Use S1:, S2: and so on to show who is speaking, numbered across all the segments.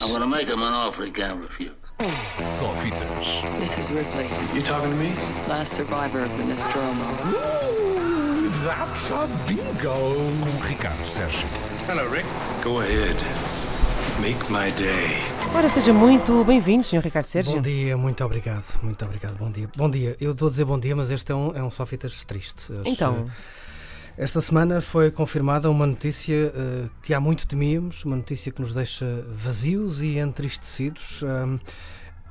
S1: I'm gonna make him an offer he can't refuse.
S2: Só fitas.
S3: This is Ripley,
S4: You talking to me?
S3: last survivor of the Nostromo.
S5: That's a bingo.
S2: Com Ricardo Sérgio.
S6: Go ahead. Make my day.
S7: Ora, seja muito bem-vindo, Sr. Ricardo Sérgio.
S8: Bom dia, muito obrigado, muito obrigado, bom dia. Bom dia, eu estou a dizer bom dia, mas este é um, é um Sofitas triste. As-
S7: Então,
S8: Esta semana foi confirmada uma notícia eh, que há muito temíamos, uma notícia que nos deixa vazios e entristecidos. Ahm,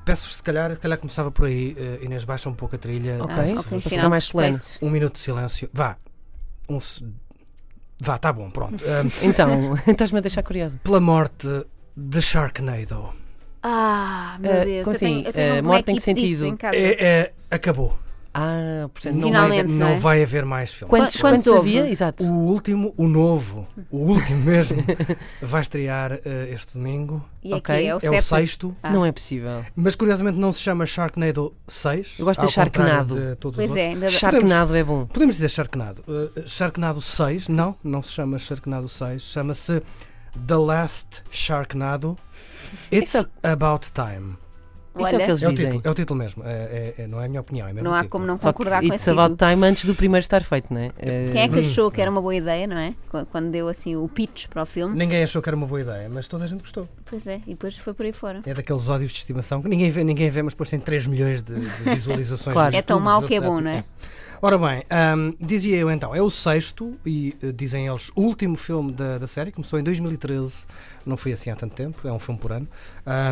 S8: Peço-vos, se calhar, se calhar começava por aí, eh, Inês, baixa um pouco a trilha.
S9: Ah,
S7: ok,
S8: peço-vos
S7: para ficar mais solene.
S8: Um minuto de silêncio. Vá, um... se- Vá, tá bom, pronto. Ahm,
S7: Então, estás-me a deixar curiosa.
S8: pela morte de Sharknado.
S9: Ah, meu
S7: Eh,
S9: Deus.
S7: como
S9: eu tenho,
S7: assim?
S9: eu tenho
S7: Eh,
S9: um
S7: morte em que
S9: bonequito disso
S7: sentido?
S9: Em casa.
S8: É, é, acabou.
S7: Ah, portanto,
S8: Não vai-
S9: Finalmente, não
S8: não
S9: é?
S8: vai haver mais filme.
S7: quantos,
S9: Quantos
S7: quantos
S9: houve? Um.
S7: havia? Exato.
S8: O último, o novo, o último mesmo, vai estrear eh, este domingo.
S9: E aqui
S7: Ok.
S9: é o
S8: é o
S9: septo.
S8: sexto,
S9: Ah.
S7: Não é possível.
S8: mas curiosamente não se chama Sharknado 6.
S7: Eu gosto de
S8: ao contrário
S7: Sharknado.
S8: de todos os
S9: Pois é,
S8: outros.
S9: ainda bem.
S7: Charquenado é bom.
S8: Podemos dizer Sharknado. Eh, Sharknado 6, não, não se chama Sharknado 6, chama-se The Last Sharknado. It's
S7: Isso
S8: About Time.
S7: Isso é o
S9: Olha,
S7: que eles
S8: É o,
S7: dizem.
S8: título, é o título mesmo, é- é- é- não é a minha opinião, é mesmo
S9: não
S8: o
S9: há
S8: título.
S9: como não
S7: Só que
S9: concordar com
S7: it's
S9: esse
S7: about
S9: título.
S7: time antes do primeiro estar feito, não é? Eh,
S9: Quem é
S8: Uhum.
S9: que achou que era uma boa ideia, não é? Qu- Quando deu assim o pitch para o filme.
S8: Ninguém achou que era uma boa ideia, mas toda a gente gostou.
S9: Pois é, e depois foi por aí fora.
S8: É daqueles ódios de estimação que ninguém vê, ninguém vê mas depois tem 3 milhões de, de visualizações.
S7: Claro.
S8: no
S7: É
S8: YouTube,
S9: tão mau que é
S8: 17.
S9: bom, não é?
S8: Ora bem, hum, dizia eu então, é o sexto e, eh, dizem eles, o último filme da, da série, começou em 2013, não foi assim há tanto tempo, é um filme por ano,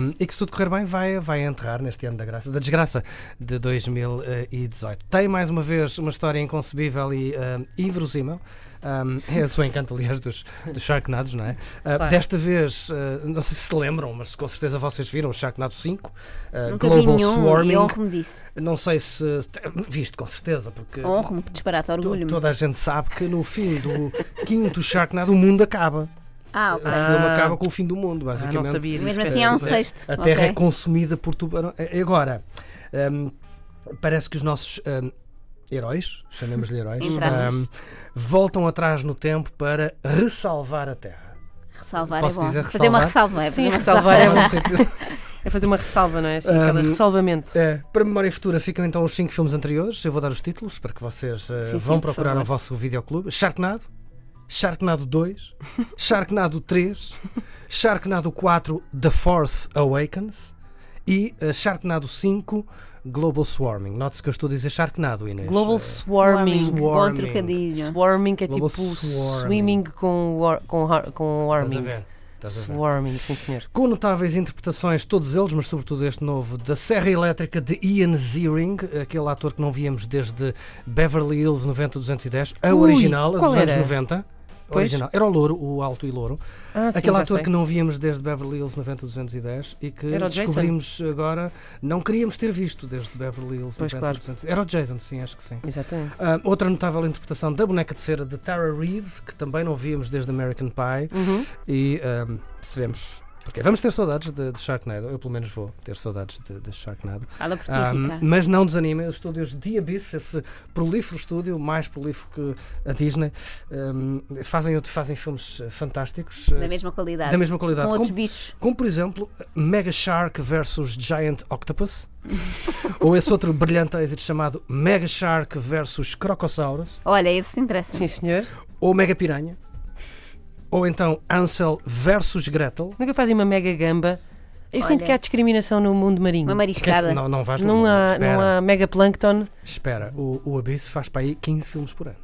S8: hum, e que se tudo correr bem vai, vai enterrar neste ano da graça, da desgraça de 2018. Tem mais uma vez uma história inconcebível e hum, inverosímil, hum, é o seu encanto, aliás, dos, dos Sharknados, não é? Ah, Desta vez, ah, não sei se se lembram, mas com certeza vocês viram o Sharknado 5, ah,
S9: Nunca vi
S8: Global
S9: nenhum e
S8: Swarming.
S9: honro-me disso.
S8: Não sei se. Viste, com certeza, porque.
S9: Honro-me, que disparate,
S8: to-
S9: orgulho-me.
S8: Toda a gente sabe que no fim do quinto Sharknado o mundo acaba.
S9: Ah, ok.
S8: O filme acaba com o fim do mundo,
S7: Ah,
S8: basicamente.
S7: não sabia disso.
S9: Mesmo
S7: peço
S9: assim é um
S7: desculpa.
S9: sexto.
S8: A Terra
S9: ok.
S8: é consumida por tubarões. Agora, hum, parece que os nossos hum, heróis, chamemos-lhe heróis,
S9: Entre aspas.
S8: hum, voltam atrás no tempo para ressalvar a Terra.
S9: Ressalvar
S8: Posso
S9: é bom.
S8: dizer
S9: Fazer uma ressalva,
S8: ressalvar?
S9: é?
S7: Sim,
S9: Fazer uma
S7: ressalvar
S9: ressalva.
S7: é
S8: Não no sentido-
S7: É fazer uma ressalva, não é? Assim,
S8: Ah,
S7: cada
S8: hum.
S7: ressalvamento.
S8: É, para memória futura ficam então os cinco filmes anteriores. Eu vou dar os títulos para que vocês eh,
S9: Sim, sim,
S8: vão
S9: por
S8: procurar
S9: favor.
S8: no vosso videoclube. Sharknado, Sharknado 2, Sharknado 3, Sharknado 4 The Force Awakens e eh, Sharknado 5 Global Swarming. Note-se que eu estou a dizer Sharknado, Inês.
S7: Global
S8: Eh,
S7: swarming.
S9: Bom
S8: Swarming.
S9: trocadilho.
S7: Swarming é
S8: Global
S7: tipo
S8: swarming.
S7: swimming com, war, com, har- com
S8: Estás a
S7: warming.
S8: ver? Estás a ver?
S7: Swarming, sim senhor.
S8: Com notáveis interpretações, todos eles, mas sobretudo este novo, da Serra Elétrica de Ian Ziering, aquele ator que não víamos desde Beverly Hills 90210, a
S7: Ui,
S8: original, a
S7: qual
S8: dos anos
S7: era?
S8: 90.
S7: Pois.
S8: Original. Era o Louro, o Alto e Louro.
S7: Ah, sim,
S8: Aquele
S7: já
S8: ator
S7: sei.
S8: que não víamos desde Beverly Hills 90210 e que
S7: Era o Jason?
S8: descobrimos agora, não queríamos ter visto desde Beverly Hills
S7: Pois,
S8: 90210. Era o Jason, sim, acho que sim.
S7: Exatamente.
S8: Ah, outra notável interpretação da boneca de cera de Tara Reid, que também não víamos desde American Pie
S7: Uhum.
S8: e ahm, percebemos porque vamos ter saudades de, de Sharknado. Eu, pelo menos, vou ter saudades de, de Sharknado.
S9: Fala por ti,
S8: Ahm,
S9: Ricardo.
S8: mas não desanimem, os estúdios de Abyss, esse prolífero estúdio, mais prolífero que a Disney, ahm, fazem, outro- fazem filmes eh, fantásticos eh,
S9: Da mesma qualidade.
S8: da mesma qualidade.
S9: Com outros
S8: Como,
S9: bichos.
S8: como, por exemplo, Mega Shark versus Giant Octopus, ou esse outro brilhante êxito chamado Mega Shark versus Crocosaurus,
S9: Olha, esse interessa.
S7: Sim senhor.
S8: ou Mega Piranha, ou então Ansel versus Gretel.
S7: Nunca fazem uma mega gamba. Eu sinto
S9: Olha.
S7: que há discriminação no mundo marinho.
S9: Uma
S8: Esquece-
S9: mariscada.
S8: Não, não vais
S7: Não
S8: dormir.
S7: há,
S8: espera,
S7: não há mega plankton.
S8: espera. O, o Abyss faz para aí 15 filmes por ano.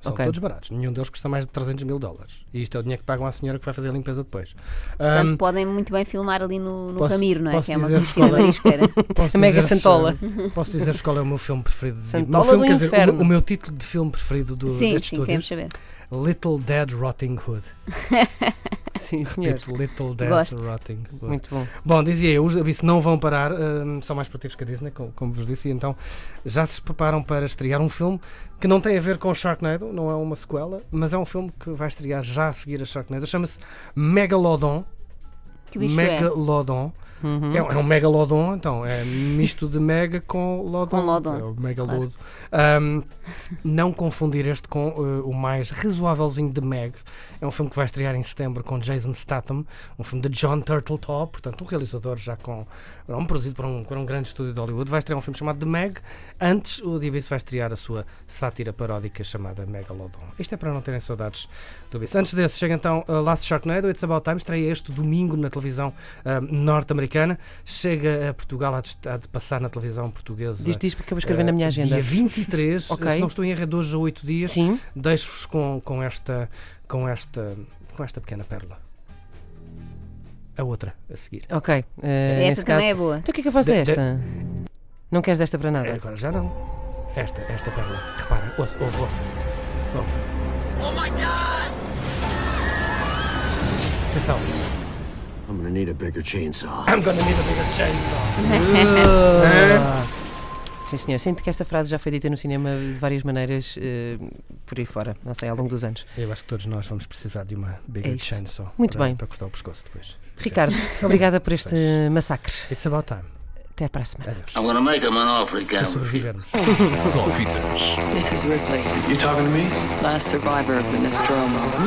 S8: São
S7: Ok.
S8: todos baratos. Nenhum deles custa mais de 300 mil dólares. E isto é o dinheiro que pagam à senhora que vai fazer a limpeza depois.
S9: Portanto,
S8: Ahm,
S9: podem muito bem filmar ali no, no
S8: posso-
S9: Ramiro, não é?
S8: posso
S9: Que é uma
S8: dizer-vos
S9: conhecida
S8: qual é?
S9: marisqueira.
S8: posso
S7: a Mega
S8: dizer-vos,
S7: Santola.
S8: eh, Posso dizer-vos qual é o meu filme preferido. de-
S7: Santola
S8: o meu filme,
S7: do
S8: quer dizer, o
S7: inferno.
S8: meu- o meu título de filme preferido do,
S9: Sim,
S8: destes
S9: sim, queremos
S8: estúdios.
S9: saber.
S8: Little Dead Rotting Hood.
S7: Sim, senhor.
S8: Little, Little Dead
S9: Gosto.
S8: Rotting Hood.
S7: Muito bom.
S8: Bom, dizia eu, os Abyss não vão parar, hum, são mais produtivos que a Disney, como, como vos disse, e então já se preparam para estrear um filme que não tem a ver com Sharknado, não é uma sequela, mas é um filme que vai estrear já a seguir a Sharknado. Chama-se Megalodon. eh,
S9: Que bicho é? Uhum.
S8: Megalodon. É, um- é um megalodon, então é misto de mega com lodon.
S9: Com lodon,
S8: É o Hum, megalodo. Ahm, não confundir este com eh, o mais razoávelzinho de Meg. É um filme que vai estrear em setembro com Jason Statham, um filme de John Turteltaub, portanto um realizador já com um produzido por um, por um grande estúdio de Hollywood. Vai estrear um filme chamado The Meg. Antes o DBS vai estrear a sua sátira paródica chamada Megalodon. Isto é para não terem saudades do Bis. Antes desse, chega então uh, Last Sharknado, It's About Time, estreia este domingo na televisão ah, norte-americana, chega a Portugal, há de, est- há de passar na televisão portuguesa.
S7: Diz, diz, porque eu vou escrever na minha
S8: ah,
S7: agenda.
S8: Dia 23,
S7: Ok.
S8: se não estou em erro, é de hoje a 8 dias.
S7: Sim.
S8: Deixo-vos com, com, esta, com, esta, com esta pequena pérola. A outra, a seguir.
S7: Ok. eh, nesse
S9: Esta também é
S7: caso-
S9: boa.
S7: Então o que é que eu faço a
S8: De- de-
S7: esta? Não queres desta para
S8: É,
S7: nada?
S8: Agora já não. Esta, esta pérola. Repara, ouve, ouve, ouve. ouve. Oh my god! Atenção.
S4: I'm gonna need a bigger chainsaw.
S8: I'm gonna need a bigger chainsaw.
S7: Sim, senhor. Sinto que esta frase já foi dita no cinema de várias maneiras eh, por aí fora. Não sei, ao longo dos anos.
S8: Eu acho que todos nós vamos precisar de uma bigger
S7: É isso.
S8: chainsaw.
S7: Muito
S8: para,
S7: bem.
S8: Para cortar o pescoço depois.
S7: Ricardo, obrigada por este massacre.
S8: It's about time.
S7: Até para a semana.
S8: Adeus.
S1: I'm gonna make him an offer he
S8: Se
S1: can't refuse.
S8: sobrevivermos.
S2: Sofitas.
S3: This is Ripley,
S6: You talking to me?
S3: last survivor of the Nostromo.
S5: Ooh,